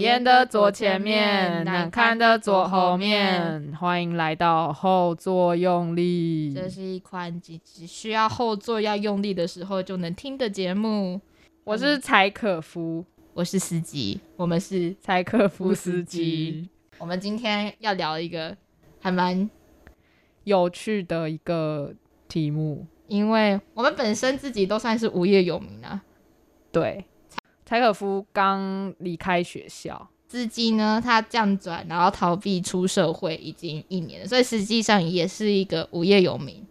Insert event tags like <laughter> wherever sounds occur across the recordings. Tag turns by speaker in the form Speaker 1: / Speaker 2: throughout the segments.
Speaker 1: 厌的坐前面，难看的坐后面。欢迎来到后座用力。
Speaker 2: 这是一款只只需要后座要用力的时候就能听的节目。
Speaker 1: 我是柴可夫，
Speaker 2: 我是司机，我们是
Speaker 1: 柴可夫斯基。
Speaker 2: 我们今天要聊一个还蛮，
Speaker 1: 有趣的一个题目。
Speaker 2: 因为我们本身自己都算是无业游民啊。
Speaker 1: 对，柴可夫刚离开学校，
Speaker 2: 司机呢，他降转然后逃避出社会已经一年了，所以实际上也是一个无业游民。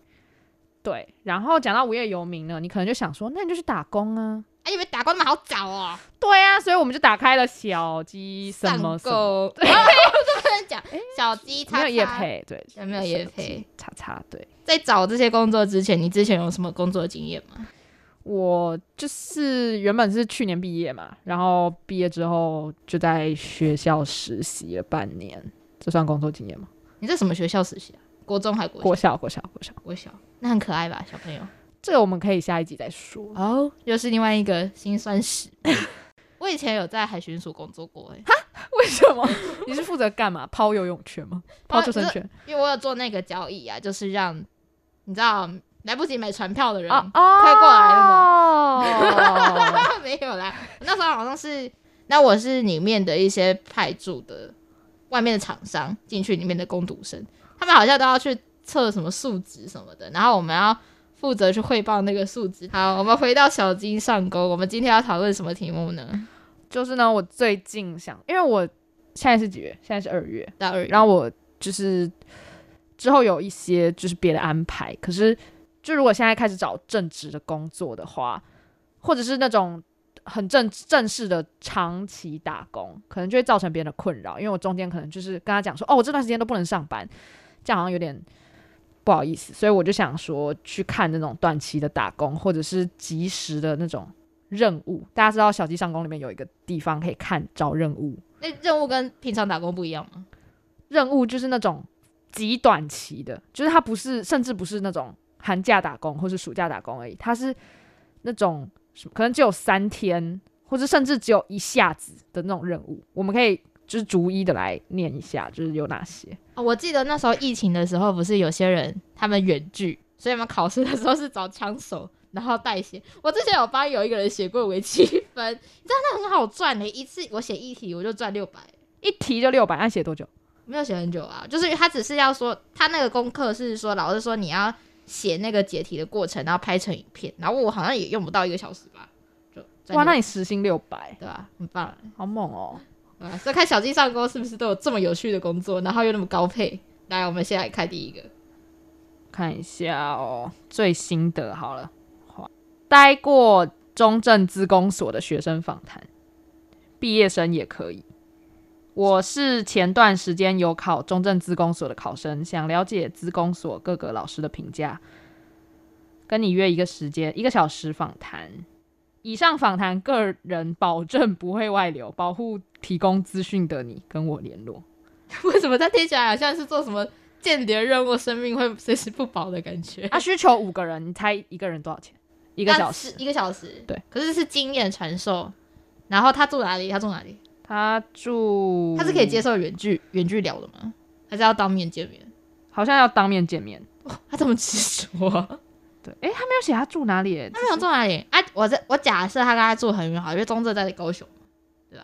Speaker 1: 对。然后讲到无业游民呢，你可能就想说，那你就去打工啊。
Speaker 2: 哎、你们打工那么好找哦，
Speaker 1: 对啊，所以我们就打开了小鸡什
Speaker 2: 上
Speaker 1: 么什么， <laughs>
Speaker 2: 够，哎我不能讲小鸡
Speaker 1: 没
Speaker 2: 叉叉
Speaker 1: 有业配，对，
Speaker 2: 有没有业配？
Speaker 1: 叉叉对。
Speaker 2: 在找这些工作之前，你之前有什么工作经验吗？
Speaker 1: 我就是原本是去年毕业嘛，然后毕业之后就在学校实习了半年，这算工作经验吗？
Speaker 2: 你在什么学校实习啊？国中还国小？
Speaker 1: 国小，国小，国小，
Speaker 2: 国小，那很可爱吧，小朋友。
Speaker 1: 这个我们可以下一集再说。 <laughs>
Speaker 2: 哦，又是另外一个辛酸史。 <laughs> 我以前有在海巡署工作过、欸，
Speaker 1: 为什么？你是负责干嘛？ <laughs> 抛游泳圈吗？抛救生圈？
Speaker 2: 因为我有做那个交易啊，就是让你知道来不及买船票的人，
Speaker 1: 啊哦啊！
Speaker 2: 快过来
Speaker 1: 那种。
Speaker 2: <laughs> 没有啦。那时候好像是，那我是里面的一些派驻的外面的厂商进去里面的工读生，他们好像都要去测什么数值什么的，然后我们要负责去汇报那个数值。好，我们回到小金上钩，我们今天要讨论什么题目呢？
Speaker 1: <laughs> 就是呢，我最近想，因为我现在是几月？现在是二月，
Speaker 2: 大二，
Speaker 1: 然后我就是之后有一些就是别的安排，可是就如果现在开始找正职的工作的话，或者是那种很正正式的长期打工，可能就会造成别人的困扰，因为我中间可能就是跟他讲说，哦，我这段时间都不能上班，这样好像有点。不好意思，所以我就想说去看那种短期的打工，或者是及时的那种任务。大家知道小鸡上工里面有一个地方可以看找任务，
Speaker 2: 那任务跟平常打工不一样吗？
Speaker 1: 任务就是那种极短期的，就是它不是，甚至不是那种寒假打工或是暑假打工而已，它是那种什么可能只有三天，或者甚至只有一下子的那种任务。我们可以就是逐一的来念一下，就是有哪些。
Speaker 2: 啊我记得那时候疫情的时候，不是有些人他们远距，所以他们考试的时候是找枪手，然后代写。我之前有帮有一个人写过微积分，你知道那很好赚的、一次我写一题我就赚六百，
Speaker 1: 一题就六百，按写多久？
Speaker 2: 没有写很久啊，就是他只是要说他那个功课是说老师说你要写那个解题的过程，然后拍成影片，然后我好像也用不到一个小时吧，就赚
Speaker 1: 哇，那
Speaker 2: 600
Speaker 1: 你时薪六百，
Speaker 2: 对吧、很棒啊
Speaker 1: 好猛哦！
Speaker 2: 对啊！所以看小鸡上钩是不是都有这么有趣的工作，然后又那么高配？来，我们先来看第一个。
Speaker 1: 看一下哦，最新的好了，哇待过中正资工所的学生访谈，毕业生也可以。我是前段时间有考中正资工所的考生，想了解资工所各个老师的评价，跟你约一个时间，一个小时访谈。以上访谈个人保证不会外流，保护提供资讯的你跟我联络。
Speaker 2: <laughs> 为什么他听起来好像是做什么间谍任务，生命会随时不保的感觉？
Speaker 1: 啊，需求五个人，你猜一个人多少钱？一
Speaker 2: 一
Speaker 1: 个小时，
Speaker 2: 一个小时，
Speaker 1: 对。
Speaker 2: 可是是经验传授，然后他住哪里？他住哪里？
Speaker 1: 他住，
Speaker 2: 他是可以接，受远距远距聊的吗？还是要当面见面？
Speaker 1: 好像要当面见面。
Speaker 2: 他这么执着、啊，
Speaker 1: 对，诶，他没有写他住哪里耶，
Speaker 2: 他没有住哪里啊？我这我假设他跟他住很远，好了，因为中正在高雄，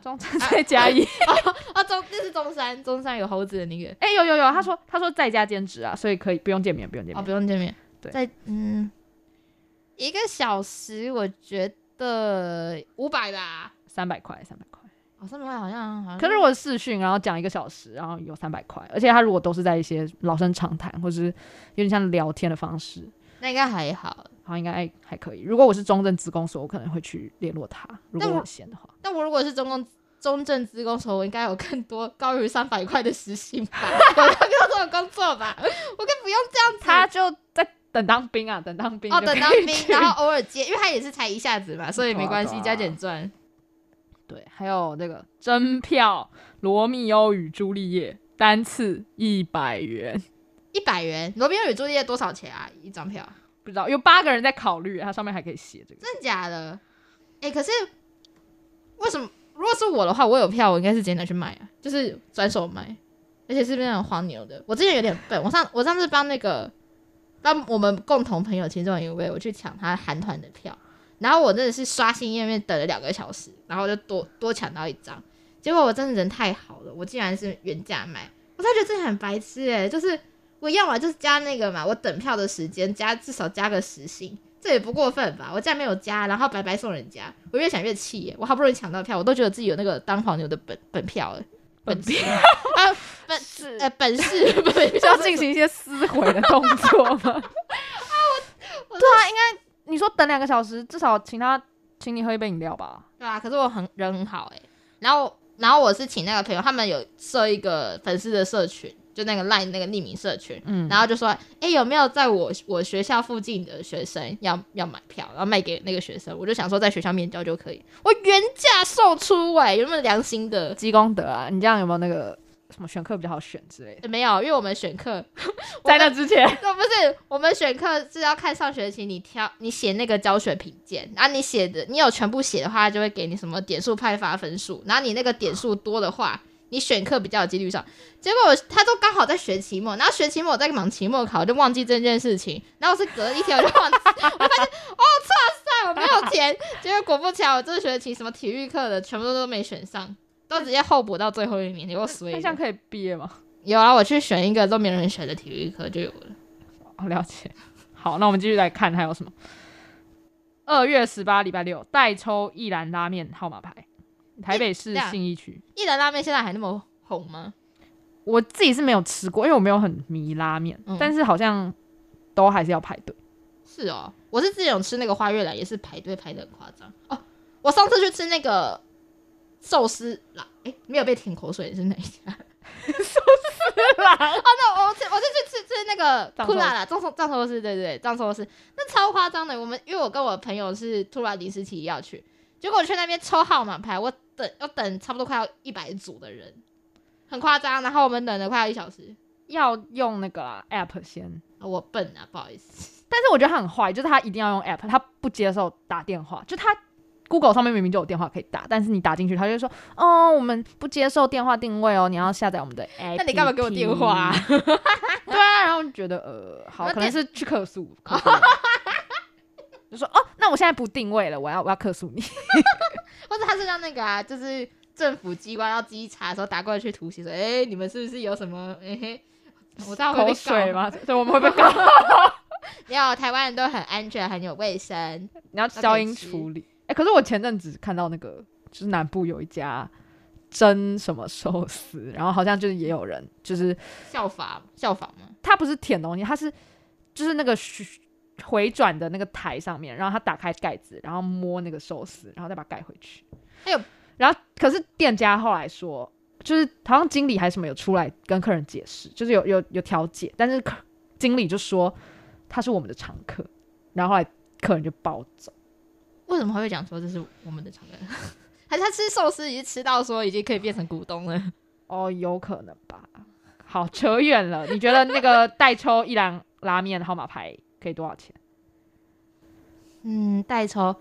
Speaker 1: 中正在嘉义。
Speaker 2: 哦，中这是中山，中山有猴子的那个，
Speaker 1: 诶，有有有，他说他说在家兼职啊，所以可以不用见面，不用见
Speaker 2: 哦，
Speaker 1: 面。
Speaker 2: 不用见面，
Speaker 1: 对
Speaker 2: 在嗯，一个小时，我觉得五百吧，
Speaker 1: 三百块，三百块。
Speaker 2: 哦，三百块好像好像，
Speaker 1: 可是我视讯，然后讲一个小时，然后有三百块，而且他如果都是在一些老生常谈，或是有点像聊天的方式，
Speaker 2: 那应该还好。
Speaker 1: 好像应该还可以。如果我是中正职工所，我可能会去联络他，如果
Speaker 2: 但我
Speaker 1: 我闲的话。
Speaker 2: 但我如果是中共中正职工所，我应该有更多高于三百块的时薪吧，有更多这种工作吧，我更不用这样子。
Speaker 1: 他就在等当兵啊，等当兵
Speaker 2: 哦，
Speaker 1: 就
Speaker 2: 等
Speaker 1: 可
Speaker 2: 当
Speaker 1: 以
Speaker 2: 兵，
Speaker 1: 去
Speaker 2: 然后偶尔接，因为他也是才一下子嘛，所以没关
Speaker 1: 对
Speaker 2: 系，
Speaker 1: 啊
Speaker 2: 加减赚。
Speaker 1: 对，还有那个真票《罗密欧与朱丽叶》，单次一百元，
Speaker 2: 一百元，罗宾与朱丽叶多少钱啊？一张票？
Speaker 1: 不知道有八个人在考虑，它上面还可以写这个。
Speaker 2: 真的假的？哎、可是为什么如果是我的话，我有票，我应该是直接拿去卖啊，就是转手卖，而且是那种黄牛的。我之前有点笨，我上我上次帮那个帮我们共同朋友其中一位，我去抢他韩团的票，然后我真的是刷新页面等了两个小时，然后就多多抢到一张，结果我真的人太好了，我竟然是原价卖，我才觉得自己很白痴诶、就是我要么就是加那个嘛，我等票的时间加至少加个时薪。这也不过分吧？我竟然没有加，然后白白送人家，我越想越气耶！我好不容易抢到票，我都觉得自己有那个当黄牛的本本票了，
Speaker 1: 本
Speaker 2: 事
Speaker 1: 片 <laughs>
Speaker 2: 啊本
Speaker 1: 是
Speaker 2: 呃本事本
Speaker 1: 是要
Speaker 2: 票
Speaker 1: 进行一些撕毁的动作吗？ <laughs> 啊
Speaker 2: 我
Speaker 1: 对啊，应该你说等两个小时，至少请他请你喝一杯饮料吧。
Speaker 2: 对啊，可是我很人很好哎、然后然后我是请那个朋友，他们有设一个粉丝的社群，就那个 LINE 那个匿名社群，
Speaker 1: 嗯
Speaker 2: 然后就说，哎、有没有在我我学校附近的学生要要买票，然后卖给那个学生？我就想说在学校面交就可以，我原价售出哎、有没有良心的？
Speaker 1: 积功德啊，你这样有没有那个什么选课比较好选之类的？
Speaker 2: 呃没有，因为我们选课，
Speaker 1: 在那之
Speaker 2: <laughs>
Speaker 1: 前，
Speaker 2: 那不是我们选课是要看上学期你挑你写那个教学评鉴，然后你写的你有全部写的话，就会给你什么点数派发分数，然后你那个点数多的话，你选课比较有几率上。结果我他都刚好在学期末，然后学期末我在忙期末考，我就忘记这件事情，然后我是隔了一天我就忘记，我 <laughs> 发现哦，操塞，我没有钱。结果果不其然，我这学期什么体育课的全部都没选上，都直接候补到最后一名，有所以
Speaker 1: 那这样可以毕业吗？
Speaker 2: 有啊，我去选一个都没人选的体育课就有了。
Speaker 1: 哦，了解。 <laughs> 好，那我们继续来看还有什么。二月十八，礼拜六，代抽一兰拉面号码牌，台北市
Speaker 2: 这样
Speaker 1: 信义区。
Speaker 2: 一兰拉面现在还那么红吗？
Speaker 1: 我自己是没有吃过，因为我没有很迷拉面，
Speaker 2: 嗯
Speaker 1: 但是好像都还是要排队。
Speaker 2: 是哦，我是之前有吃那个花月兰，也是排队排的很夸张哦。我上次去吃那个寿司啦，哎、没有被舔口水是哪一家？ <laughs> 哦，那我我去我是去吃吃那个
Speaker 1: 藏
Speaker 2: 库
Speaker 1: 寿
Speaker 2: 拉啦，藏寿藏寿司，对对对，藏寿司，那超夸张的。我们因为我跟我朋友是突然临时起意要去，结果我去那边抽号码牌，我等要等差不多快要一百组的人，很夸张。然后我们等了快要一小时，
Speaker 1: 要用那个啦 app 先，
Speaker 2: 啊我笨啊，不好意思。
Speaker 1: 但是我觉得他很坏，就是他一定要用 app，他不接受打电话，就他 Google 上面明明就有电话可以打，但是你打进去，他就说哦，我们不接受电话定位哦，你要下载我们的 app。
Speaker 2: 那你干嘛给我电话、
Speaker 1: <laughs>
Speaker 2: 啊？？
Speaker 1: 对啊，然后就觉得呃，好，
Speaker 2: 那
Speaker 1: 可能
Speaker 2: 电
Speaker 1: 是去客诉，
Speaker 2: <laughs>
Speaker 1: 客诉就说哦，那我现在不定位了，我要我要客诉你。
Speaker 2: 或者他是让那个啊，就是政府机关要稽查的时候打过去突袭说，哎、你们是不是有什么？哎、嘿，我到
Speaker 1: 口水？吗？对，我们会被告。
Speaker 2: <laughs> 没有，台湾人都很安全，很有卫生。
Speaker 1: 你要消音处理。哎、可是我前阵子看到那个，就是南部有一家蒸什么寿司，然后好像就是也有人，就是
Speaker 2: 效法效仿吗？
Speaker 1: 他不是舔东西，他是就是那个旋回转的那个台上面，然后他打开盖子，然后摸那个寿司，然后再把它盖回去。
Speaker 2: 哎呦，
Speaker 1: 然后可是店家后来说，就是好像经理还是什么有出来跟客人解释，就是有有有调解，但是客经理就说他是我们的常客，然后后来客人就暴走。
Speaker 2: 为什么会讲说这是我们的常人？ <laughs> 还是他吃寿司已经吃到说已经可以变成股东了？
Speaker 1: 哦，有可能吧。好，扯远了。你觉得那个 <laughs> 代抽一兰拉面号码牌可以多少钱？
Speaker 2: 嗯，代抽。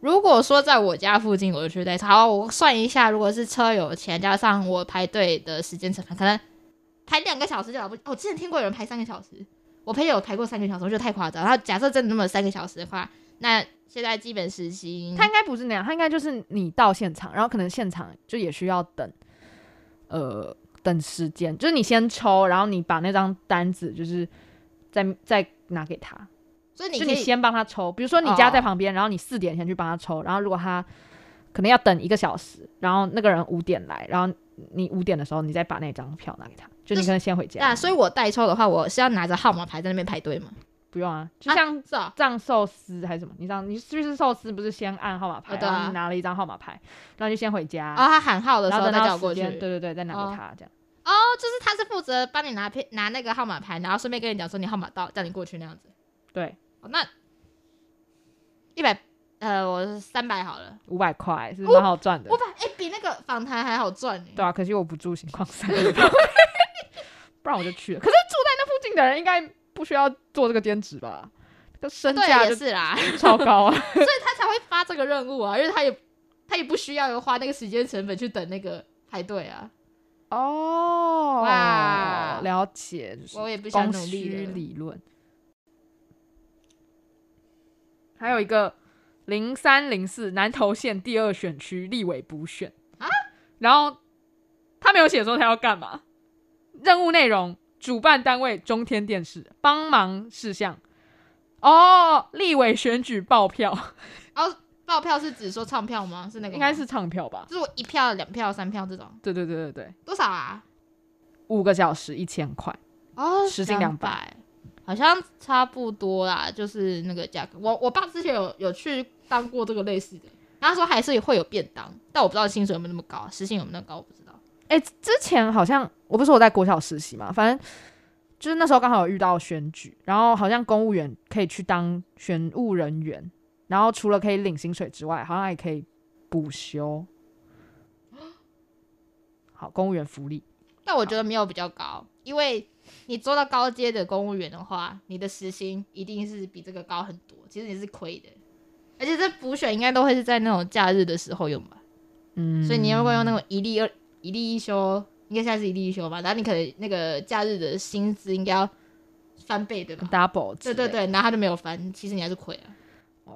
Speaker 2: 如果说在我家附近，我就去代抽。好，我算一下，如果是车油钱加上我排队的时间成本，可能排两个小时就了不起。哦，我之前听过有人排三个小时，我朋友有排过三个小时，我觉得太夸张。然后假设真的那么三个小时的话，那现在基本时薪，
Speaker 1: 它应该不是那样，它应该就是你到现场，然后可能现场就也需要等，呃，等时间，就是你先抽，然后你把那张单子就是再再拿给他，
Speaker 2: 所以你
Speaker 1: 就
Speaker 2: 可
Speaker 1: 你
Speaker 2: 以
Speaker 1: 先帮他抽。比如说你家在
Speaker 2: 哦
Speaker 1: 旁边，然后你四点前去帮他抽，然后如果他可能要等一个小时，然后那个人五点来，然后你五点的时候你再把那张票拿给他，就
Speaker 2: 就
Speaker 1: 你
Speaker 2: 是
Speaker 1: 可能先回家。
Speaker 2: 啊，所以我代抽的话，我是要拿着号码牌在那边排队吗？
Speaker 1: 不用啊，就像
Speaker 2: 是啊，
Speaker 1: 藏寿司还是什么？你知道，你就是寿司不是先按号码牌，
Speaker 2: 哦对啊
Speaker 1: 然后你拿了一张号码牌，然后就先回家，
Speaker 2: 然后他喊号的时
Speaker 1: 啊然后
Speaker 2: 候
Speaker 1: 等
Speaker 2: 再叫
Speaker 1: 到
Speaker 2: 过
Speaker 1: 时
Speaker 2: 去。
Speaker 1: 间，对对对，再拿给他、这样。
Speaker 2: 哦，就是他是负责帮你拿片拿那个号码牌，然后顺便跟你讲说你号码到，叫你过去那样子。
Speaker 1: 对，
Speaker 2: 哦，那一百呃，我三百好了，
Speaker 1: 五百块是蛮好赚的
Speaker 2: 五，百哎，比那个访谈还好赚呢。
Speaker 1: 对啊。可惜我不住情况三， <laughs> 不然我就去了。可是住在那附近的人应该不需要做这个兼职吧？这身
Speaker 2: 对
Speaker 1: 价
Speaker 2: 也
Speaker 1: 就是 <laughs>
Speaker 2: 啦，
Speaker 1: 超高啊！
Speaker 2: <laughs> 他才会发这个任务啊，因为他也他也不需要花那个时间成本去等那个排队啊。
Speaker 1: 哦，
Speaker 2: 哇
Speaker 1: 了解，就是
Speaker 2: 我也不想
Speaker 1: 供
Speaker 2: 努力
Speaker 1: 需
Speaker 2: 了。
Speaker 1: 理论。还有一个零三零四南投县第二选区立委补选
Speaker 2: 啊，
Speaker 1: 然后他没有写说他要干嘛，任务内容、主办单位中天电视、帮忙事项。哦，立委选举爆票，
Speaker 2: 爆票是指说唱票吗？是那个吗？
Speaker 1: 应该是唱票吧？
Speaker 2: 就是我一票、两票、三票这种，
Speaker 1: 对对对对对，
Speaker 2: 多少啊？
Speaker 1: 五个小时一千块。
Speaker 2: 哦，
Speaker 1: 十斤
Speaker 2: 两
Speaker 1: 两
Speaker 2: 百，好像差不多啦，就是那个价格。我我爸之前有有去当过这个类似的，然后他说还是会有便当，但我不知道薪水有没有那么高，啊时薪有没有那么高，我不知道。
Speaker 1: 哎、之前好像我不是我在国小实习嘛，反正就是那时候刚好有遇到选举，然后好像公务员可以去当选务人员，然后除了可以领薪水之外，好像还可以补休。好，公务员福利
Speaker 2: 但我觉得没有比较高，因为你做到高阶的公务员的话，你的时薪一定是比这个高很多，其实你是亏的。而且这补选应该都会是在那种假日的时候用吧，
Speaker 1: 嗯
Speaker 2: 所以你如果用那种一例二一例一休，应该现在是一例一休吧，然后你可能那个假日的薪资应该要翻倍对吧？
Speaker 1: double
Speaker 2: 对
Speaker 1: 之
Speaker 2: 对
Speaker 1: 类
Speaker 2: 对，然后他就没有翻，其实你还是亏啊。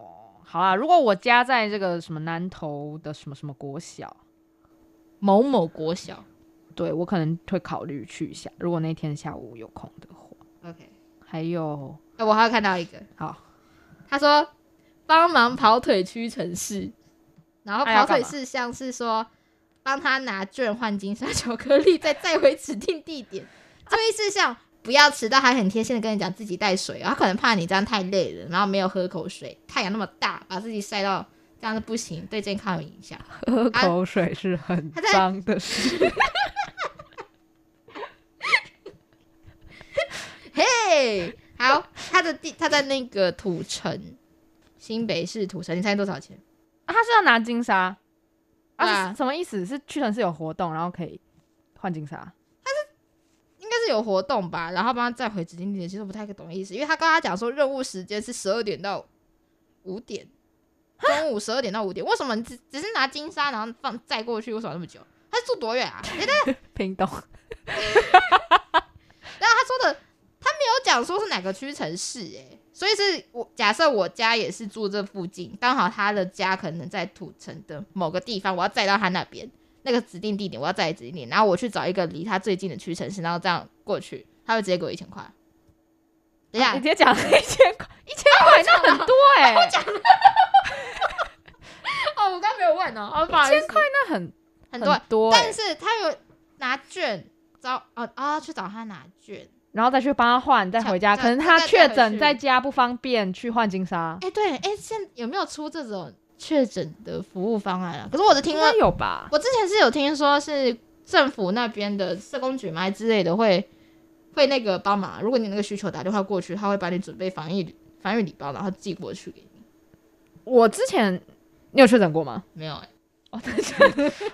Speaker 1: 好啦，如果我家在这个什么南投的什么什么国小，
Speaker 2: 某某国小
Speaker 1: 对我可能会考虑去一下，如果那天下午有空的话。
Speaker 2: ，OK，
Speaker 1: 还有，
Speaker 2: 哎、我还有看到一个，
Speaker 1: 好，
Speaker 2: 他说帮忙跑腿屈臣氏，然后
Speaker 1: 哎要
Speaker 2: 跑
Speaker 1: 干
Speaker 2: 腿
Speaker 1: 嘛
Speaker 2: 事项是说帮他拿券换金沙巧克力，再带回指定地点。注意事项不要迟到，还很贴心的跟你讲自己带水哦，他可能怕你这样太累了，然后没有喝口水，太阳那么大，把自己晒到这样子不行，对健康有影响。
Speaker 1: 喝
Speaker 2: 啊
Speaker 1: 口水是很
Speaker 2: 他在
Speaker 1: 脏的事。
Speaker 2: 嘿，好，他的地他在那个土城，新北市土城，你猜多少钱？
Speaker 1: 啊，他是要拿金沙
Speaker 2: 对
Speaker 1: 啊？
Speaker 2: 啊
Speaker 1: 是什么意思？是屈臣氏有活动，然后可以换金沙？
Speaker 2: 应该是有活动吧，然后帮他再回指定地点，其实我不太懂意思，因为他刚刚讲说任务时间是十二点到五点，中午十二点到五点，为什么你只只是拿金沙然后放载过去，为什么那么久？他住多远啊？诶但
Speaker 1: 屏东
Speaker 2: 然后他说的他没有讲说是哪个屈臣氏诶、所以是我假设我家也是住这附近，刚好他的家可能在土城的某个地方，我要载到他那边那个指定地点，我要载指定地点，然后我去找一个离他最近的屈臣氏，然后这样过去，他会直接给我一千块。等一下
Speaker 1: 你，直接讲一千块，一千块那很多
Speaker 2: 啊
Speaker 1: 哎、
Speaker 2: 哦，我刚刚没有问哦，哦，不好
Speaker 1: 一
Speaker 2: 意
Speaker 1: 千
Speaker 2: 思，
Speaker 1: 块那很
Speaker 2: 很多，
Speaker 1: 很多、
Speaker 2: 但
Speaker 1: 欸，
Speaker 2: 是他有拿券找哦啊、去找他拿券，
Speaker 1: 然后再去帮他换，再回家。
Speaker 2: 再
Speaker 1: 可能他
Speaker 2: 再
Speaker 1: 确
Speaker 2: 再回
Speaker 1: 诊
Speaker 2: 去
Speaker 1: 在家不方便去换金沙，
Speaker 2: 哎、对，哎、现在有没有出这种确诊的服务方案啊？可是我只听
Speaker 1: 应
Speaker 2: 过
Speaker 1: 该，有吧？
Speaker 2: 我之前是有听说是政府那边的社工局嘛之类的会会那个帮忙，如果你那个需求打电话过去，他会帮你准备防疫防疫礼包，然后寄过去给你。
Speaker 1: 我之前你有确诊过吗？
Speaker 2: 没有哎、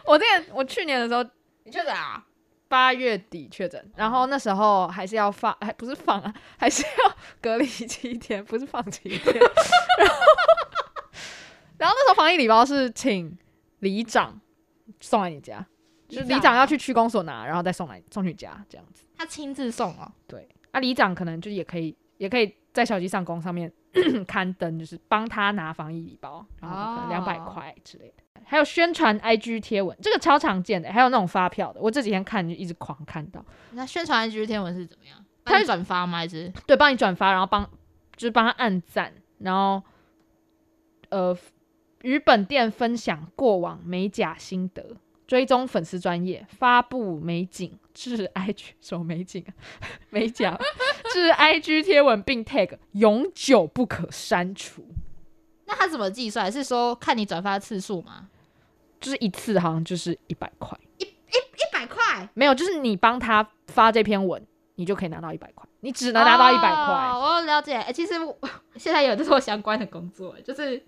Speaker 1: 我之前我去年的时候
Speaker 2: 你确诊啊？
Speaker 1: 八月底确诊，然后那时候还是要放，还不是放啊，还是要隔离七天，不是放七天。然后，然后那时候防疫礼包是请里长送来你家，就是里长要去区公所拿，然后再送来送去家这样子。
Speaker 2: 他亲自送哦。
Speaker 1: 对，啊，里长可能就也可以，也可以在小鸡上工上面 <coughs> 刊登，就是帮他拿防疫礼包，然后可能两百
Speaker 2: 哦
Speaker 1: 块之类的。还有宣传 IG 贴文，这个超常见的，还有那种发票的，我这几天看就一直狂看到。
Speaker 2: 那宣传 IG 天文是怎么样？
Speaker 1: 他
Speaker 2: 他转发吗？还是
Speaker 1: 对，帮你转发，然后帮就是帮他按赞，然后呃，与本店分享过往美甲心得，追踪粉丝专业，发布美景至 <laughs> IG 手美景啊美甲至 IG 贴文，并 tag 永久不可删除，
Speaker 2: 那他怎么计算？是说看你转发次数吗？
Speaker 1: 就是一次好像就是一百块，
Speaker 2: 一百块，
Speaker 1: 没有，就是你帮他发这篇文，你就可以拿到一百块，你只能拿到一百块。
Speaker 2: 哦我了解，哎、其实我 <laughs> 现在有做相关的工作，哎就是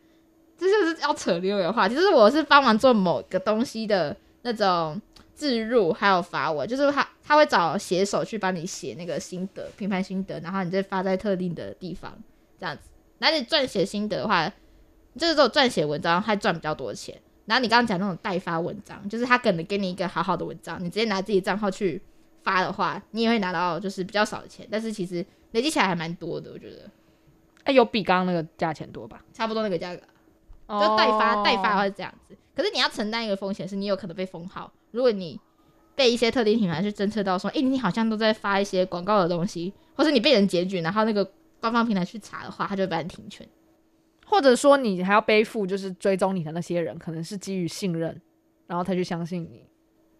Speaker 2: 这就是要扯溜的话，就是我是帮忙做某个东西的那种置入还有发文，就是他他会找写手去帮你写那个心得、品牌心得，然后你再发在特定的地方，这样子。那你撰写心得的话，就是这种撰写文章还赚比较多钱。然后你刚刚讲那种代发文章，就是他可能给你一个好好的文章，你直接拿自己账号去发的话，你也会拿到就是比较少的钱，但是其实累积起来还蛮多的，我觉得
Speaker 1: 哎、有比刚刚那个价钱多吧？
Speaker 2: 差不多那个价格，就代发、
Speaker 1: 哦
Speaker 2: 代发会这样子。可是你要承担一个风险，是你有可能被封号。如果你被一些特定品牌去侦测到说，哎、你好像都在发一些广告的东西，或是你被人检举，然后那个官方平台去查的话，他就会把你停权。
Speaker 1: 或者说你还要背负就是追踪你的那些人，可能是基于信任，然后他去相信你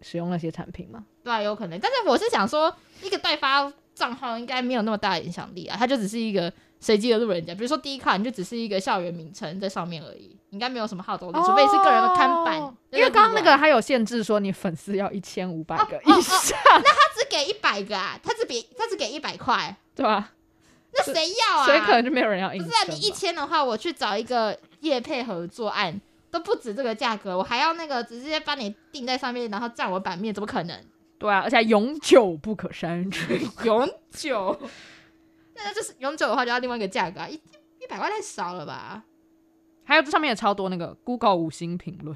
Speaker 1: 使用那些产品嘛？
Speaker 2: 对啊，有可能。但是我是想说，一个代发账号应该没有那么大的影响力啊，它就只是一个随机的路人甲。比如说第一卡，你就只是一个校园名称在上面而已，应该没有什么号召力，除非是个人的看板。
Speaker 1: 哦
Speaker 2: 对
Speaker 1: 因为刚刚那个
Speaker 2: 对
Speaker 1: 还有限制说你粉丝要一千五百
Speaker 2: 哦
Speaker 1: 个
Speaker 2: 哦
Speaker 1: 以
Speaker 2: 哦
Speaker 1: 上，
Speaker 2: 他只给一百个啊，他只给他只给一百块，
Speaker 1: 对吧？
Speaker 2: 那谁要啊？
Speaker 1: 所以可能就没有人要应
Speaker 2: 不
Speaker 1: 征
Speaker 2: 是
Speaker 1: 吧。
Speaker 2: 啊，你一千的话，我去找一个业配合作案都不止这个价格，我还要那个直接帮你定在上面，然后占我版面，怎么可能？
Speaker 1: 对啊，而且还永久不可删除。
Speaker 2: 永久。 <laughs> 那就是永久的话，就要另外一个价格啊，一一百块太少了吧？
Speaker 1: 还有这上面也超多那个 Google 五星评论，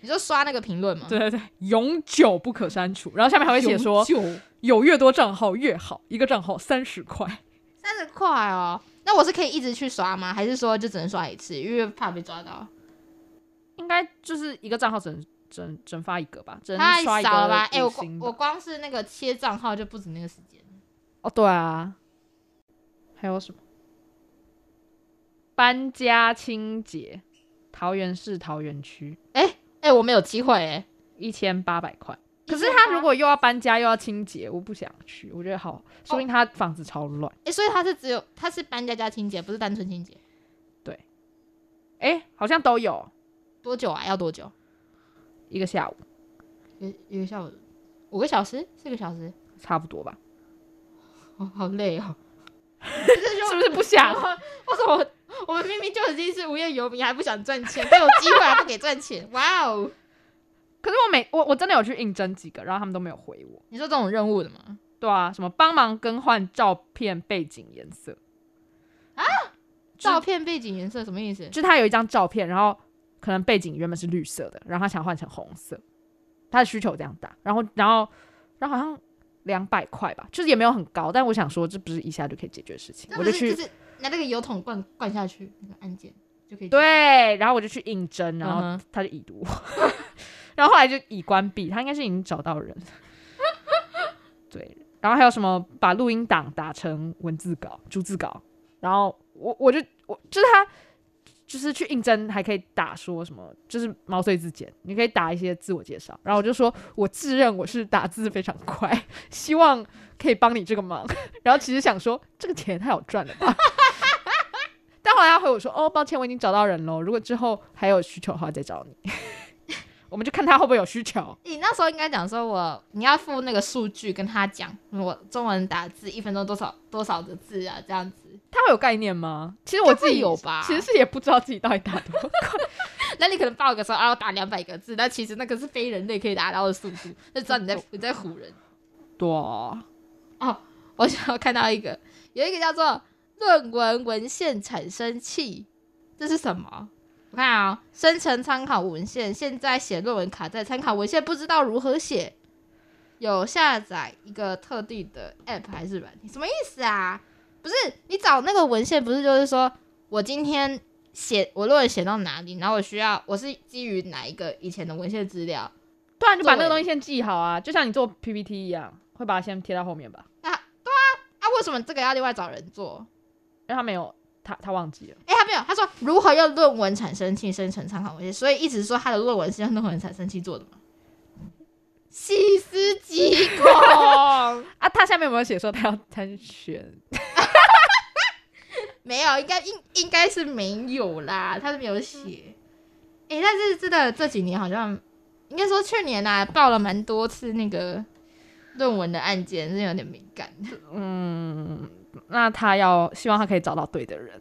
Speaker 2: 你就刷那个评论嘛，
Speaker 1: 对对对，永久不可删除。然后下面还会写说，
Speaker 2: 永久
Speaker 1: 有越多账号越好，一个账号三十块。
Speaker 2: 三十块哦。那我是可以一直去刷吗？还是说就只能刷一次，因为怕被抓到？
Speaker 1: 应该就是一个账号只能只能只能发一个吧，只能
Speaker 2: 太
Speaker 1: 刷一个
Speaker 2: 少了吧？哎、
Speaker 1: 五
Speaker 2: 我
Speaker 1: 星
Speaker 2: 光
Speaker 1: 吧
Speaker 2: 我光是那个切账号就不止那个时间。
Speaker 1: 哦，对啊，还有什么？搬家清洁，桃园市桃园区
Speaker 2: 哎、我没有机会哎、
Speaker 1: 一千八百块。可是他如果又要搬家又要清洁，我不想去，我觉得好，说明他房子超乱。
Speaker 2: 哎、所以他是只有他是搬家加清洁，不是单纯清洁。
Speaker 1: 哎、好像都有
Speaker 2: 多久啊？要多久？
Speaker 1: 一个下午，
Speaker 2: 一个一个下午，五个小时，四个小时，
Speaker 1: 差不多吧？
Speaker 2: 哦，好累 <laughs> 哦。是
Speaker 1: 是不是不想？
Speaker 2: 为什么我们明明就已经是无业游民，还不想赚钱，但有机会还不给赚钱？哇哦！
Speaker 1: 可是我每我我真的有去应征几个，然后他们都没有回我。
Speaker 2: 你说这种任务的吗？
Speaker 1: 对啊，什么帮忙更换照片背景颜色，就
Speaker 2: 照片背景颜色什么意思？
Speaker 1: 就他有一张照片，然后可能背景原本是绿色的，然后他想换成红色，他的需求这样打，然后然后然后好像两百块吧，就是也没有很高，但我想说这不是一下就可以解决的事情，
Speaker 2: 这
Speaker 1: 我
Speaker 2: 不
Speaker 1: 就是去、
Speaker 2: 就是拿那个油桶灌灌下去那个按键就可以。，
Speaker 1: 对，然后我就去应征，然后
Speaker 2: 嗯哼
Speaker 1: 他就已读 <laughs> 我，然后后来就已关闭，他应该是已经找到人 <laughs> 了，对，然后还有什么把录音档打成文字稿、逐字稿，然后我我就我就是他就是去应征还可以打说什么，就是毛遂自荐，你可以打一些自我介绍，然后我就说我自认我是打字非常快，希望可以帮你这个忙，然后其实想说这个钱太好赚了吧。但后来他回我说：“哦，抱歉，我已经找到人喽。如果之后还有需求的话，再找 <laughs> 你。我们就看他会不会有需求。
Speaker 2: 你那时候应该讲说我你要附那个数据跟他讲，我中文打字一分钟多少多少个字啊，这样子。
Speaker 1: 他会有概念吗？其实我自己
Speaker 2: 应该会有吧
Speaker 1: 其实是也不知道自己到底打多少。
Speaker 2: 那你可能报个说啊，我打两百个字，但其实那个是非人类可以达到的速度，就知道你在你在唬人。
Speaker 1: 对啊，
Speaker 2: 我想要看到一个，有一个叫做“论文文献产生器”，这是什么？我看啊、生成参考文献，现在写论文卡在参考文献不知道如何写，有下载一个特定的 app 还是软体，什么意思啊？不是你找那个文献，不是就是说我今天写我论文写到哪里，然后我需要我是基于哪一个以前的文献资料，
Speaker 1: <laughs>
Speaker 2: 啊
Speaker 1: 突然就把那个
Speaker 2: 对
Speaker 1: 东西先记好啊，就像你做 PPT 一样，会把它先贴到后面吧，
Speaker 2: 啊，为什么这个要另外找人做？
Speaker 1: 因为他没有他他忘 <laughs> 记了。
Speaker 2: 哎、他没有，他说如何用论文产生器生成参考文献，所以一直说他的论文是用论文产生器做的嘛？细思极恐，
Speaker 1: <laughs> 啊，他下面有没有写说他要参选？
Speaker 2: 没有，应该应应该是没有啦，他是没有写。哎、但是真的这几年好像，应该说去年啦、报了蛮多次那个论文的案件，真的有点敏感。
Speaker 1: 嗯，那他要希望他可以找到对的人。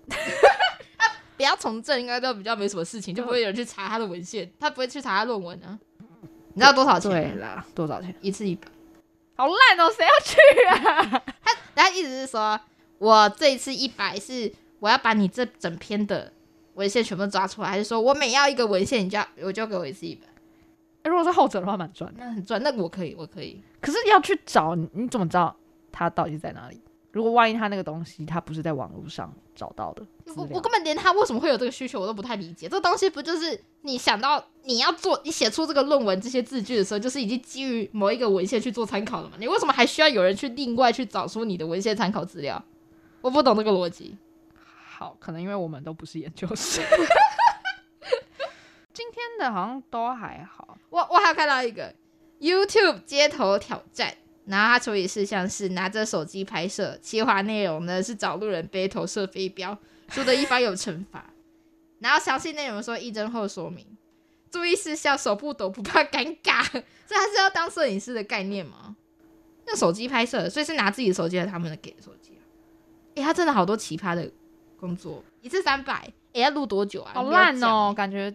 Speaker 2: 不要从政，应该都比较没什么事情，就不会有人去查他的文献，他不会去查他论文啊。你知道多少钱
Speaker 1: 对
Speaker 2: 吗？
Speaker 1: <laughs> 啦，多少钱？
Speaker 2: 一次一百。
Speaker 1: 好烂哦，谁要去啊？
Speaker 2: 他意思是说，我这一次一百是我要把你这整篇的文献全部抓出来，还是说我每要一个文献，你就要我就给我一次一本？
Speaker 1: 诶 <laughs> 如果是后者的话，蛮赚的。
Speaker 2: 那很赚，那个我可以，我可以。
Speaker 1: 可是要去找，你你怎么知道它到底在哪里？如果万一它那个东西它不是在网络上找到的资
Speaker 2: 我
Speaker 1: 料
Speaker 2: 我根本连他为什么会有这个需求我都不太理解。这个东西不就是你想到你要做你写出这个论文这些字句的时候，就是已经基于某一个文献去做参考了嘛？你为什么还需要有人去另外去找出你的文献参考资料？我不懂这个逻辑。
Speaker 1: 好，可能因为我们都不是研究生。 <laughs> 今天的好像都还好，
Speaker 2: 我我还有看到一个 YouTube 街头挑战，然后它处理事项是拿着手机拍摄，企划内容呢是找路人背投射飞镖，输的一方有惩罚。 <laughs> 然后详细内容说一帧后说明，注意事项，手不抖不怕尴尬， <laughs> 所以它是要当摄影师的概念吗？用手机拍摄，所以是拿自己的手机还是他们的给的手机啊？诶，他真的好多奇葩的工作，一次三百，诶，要录多久啊？
Speaker 1: 好
Speaker 2: 你不要
Speaker 1: 烂
Speaker 2: 讲
Speaker 1: 哦、感觉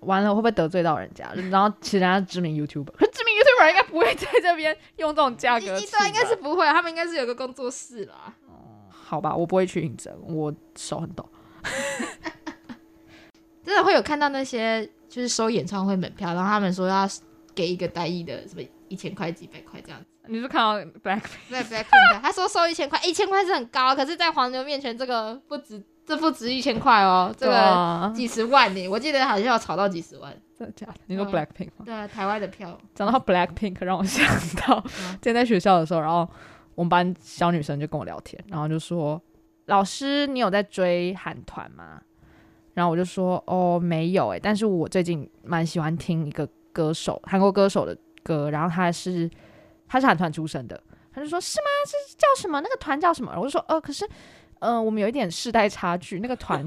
Speaker 1: 完了会不会得罪到人 <laughs> 家？然后其实人家知名 YouTuber，可是 <laughs> 知名 YouTuber 应该不会在这边用这种价 <laughs>
Speaker 2: 一
Speaker 1: 格
Speaker 2: 一
Speaker 1: 起
Speaker 2: 对啊，
Speaker 1: 吧，
Speaker 2: 应该是不会啊，他们应该是有个工作室啦。
Speaker 1: 好吧？我不会去应征，我手很抖。
Speaker 2: 真的会有看到那些就是收演唱会门票，然后他们说要给一个单一的什么一千块、几百块这样子。
Speaker 1: 你是看到 Black
Speaker 2: 对不要看他说收一千块，一千块是很高，啊可是，在黄牛面前，这个不值，这不值一千块哦，这个
Speaker 1: 个
Speaker 2: 几十万呢。我记得好像有炒到几十万。
Speaker 1: 真的假的？你说
Speaker 2: 嗯
Speaker 1: Blackpink 吗？
Speaker 2: 对啊，台湾的票，
Speaker 1: 讲到 Blackpink，让我想到
Speaker 2: 嗯
Speaker 1: 今天在学校的时候，然后我们班小女生就跟我聊天，然后就说：“老师，你有在追韩团吗？”然后我就说：“哦，没有诶、但是我最近蛮喜欢听一个歌手，韩国歌手的歌，然后他是他是韩团出身的。”他就说：“是吗？是叫什么？那个团叫什么？”我就说：“呃，可是，呃，我们有一点世代差距，那个团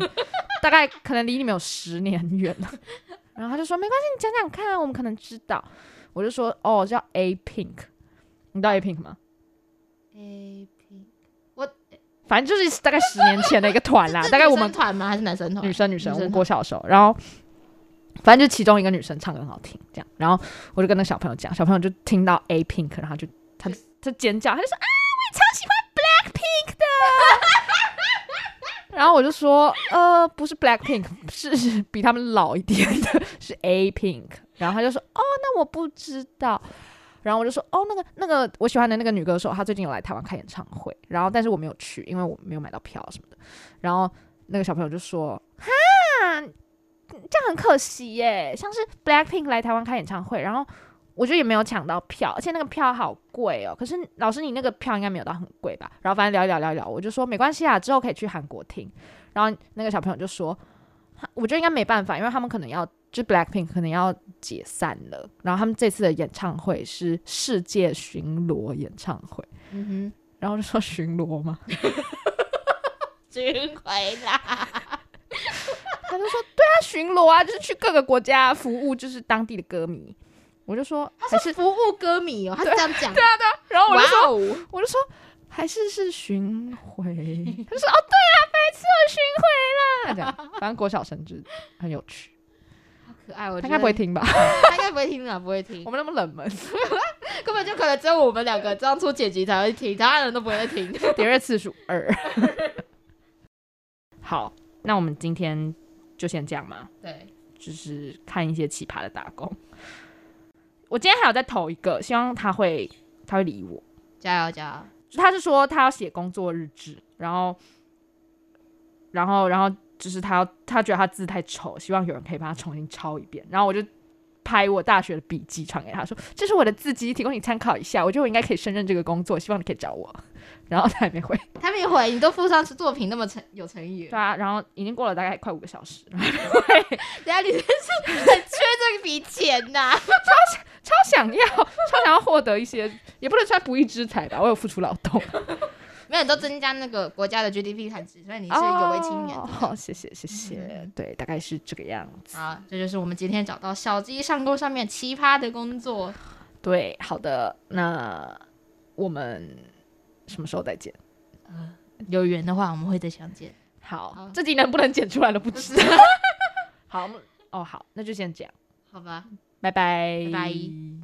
Speaker 1: 大概可能离你们有十年远了。”然后他就说：“没关系，你讲讲看啊，我们可能知道。”我就说哦，叫 A Pink，你知道 A Pink 吗？
Speaker 2: 诶，P
Speaker 1: 反正就是大概十年前的一个团啊
Speaker 2: <laughs>
Speaker 1: 啦，大概我们
Speaker 2: 团吗？还是男生团？
Speaker 1: 女生女生，我
Speaker 2: 团
Speaker 1: 们国小的时候，然后反正就其中一个女生唱歌很好听，这样，然后我就跟那个小朋友讲，小朋友就听到 A Pink，然后就他他尖叫，他就说啊，我也超喜欢 Black Pink 的。然后我就说，呃，不是 Black Pink，是是比他们老一点的，是 A Pink。然后他就说，哦，那我不知道。然后我就说，哦，那个那个我喜欢的那个女歌手，她最近有来台湾开演唱会，然后但是我没有去，因为我没有买到票什么的。然后那个小朋友就说：“哈，这样很可惜耶，像是 Blackpink 来台湾开演唱会，然后我就也没有抢到票，而且那个票好贵哦。可是老师，你那个票应该没有到很贵吧？”然后反正聊一聊聊一聊，我就说没关系啊，之后可以去韩国听。然后那个小朋友就说：“哈我觉得应该没办法，因为他们可能要。”就 Blackpink 可能要解散了，然后他们这次的演唱会是世界巡逻演唱会，
Speaker 2: 嗯
Speaker 1: 然后就说巡逻吗？
Speaker 2: 哼，军回啦。
Speaker 1: 他就说：“对啊，巡逻啊，就是去各个国家服务，就是当地的歌迷。”我就说：“还是……
Speaker 2: 服务歌迷哦，他是这样讲。对啊，
Speaker 1: 然后我就说，
Speaker 2: 哇哦，
Speaker 1: 我就说还是是巡
Speaker 2: <laughs>
Speaker 1: 回。”他就说：“哦，对啦，白痴，我巡回啦。”这样，反正国小生就是很有趣，
Speaker 2: 好可爱，我
Speaker 1: 他
Speaker 2: 觉
Speaker 1: 应该不会
Speaker 2: 得
Speaker 1: 听吧？
Speaker 2: 他应该不会听啊的，不会听
Speaker 1: 我。们那么冷
Speaker 2: <laughs>
Speaker 1: 门，
Speaker 2: 根本就可能只有我们两个当初剪辑才会听，其他人都不会听。
Speaker 1: 点阅次数二。好，那我们今天就先这样嘛。
Speaker 2: <laughs> 对，
Speaker 1: 就是看一些奇葩的打工。我今天还有在投一个，希望他会他会理我。
Speaker 2: 加油加油！
Speaker 1: 就他是说他要写工作日志，然后，然后，然后就是他要他觉得他字太丑，希望有人可以帮他重新抄一遍。然后我就拍我大学的笔记传给他说：“这是我的字迹，提供你参考一下。我觉得我应该可以胜任这个工作，希望你可以找我。” <laughs> 然后他还没回，
Speaker 2: 他们一回你都附上作品那么诚有诚意 <laughs>
Speaker 1: 对，啊，然后已经过了大概快五个小时，然后
Speaker 2: 人家你真是很缺这笔钱呐、
Speaker 1: 超想要超想要获得一些，也不能算不义之财吧，我有付出劳动，
Speaker 2: <laughs> 没有，你都增加那个国家的 GDP 产值，所以你是有为青年。
Speaker 1: 哦好，谢谢谢谢
Speaker 2: 嗯，
Speaker 1: 对，大概是这个样子。
Speaker 2: 好，这就是我们今天找到小鸡上钩上面奇葩的工作。
Speaker 1: 对，好的，那我们什么时候再见？
Speaker 2: 有缘的话，我们会再相见。
Speaker 1: 好，
Speaker 2: 好
Speaker 1: 这集能不能剪出来了不知
Speaker 2: <laughs>
Speaker 1: 道。好，哦，好，那就先这样，
Speaker 2: 好吧。
Speaker 1: 拜拜，
Speaker 2: 拜拜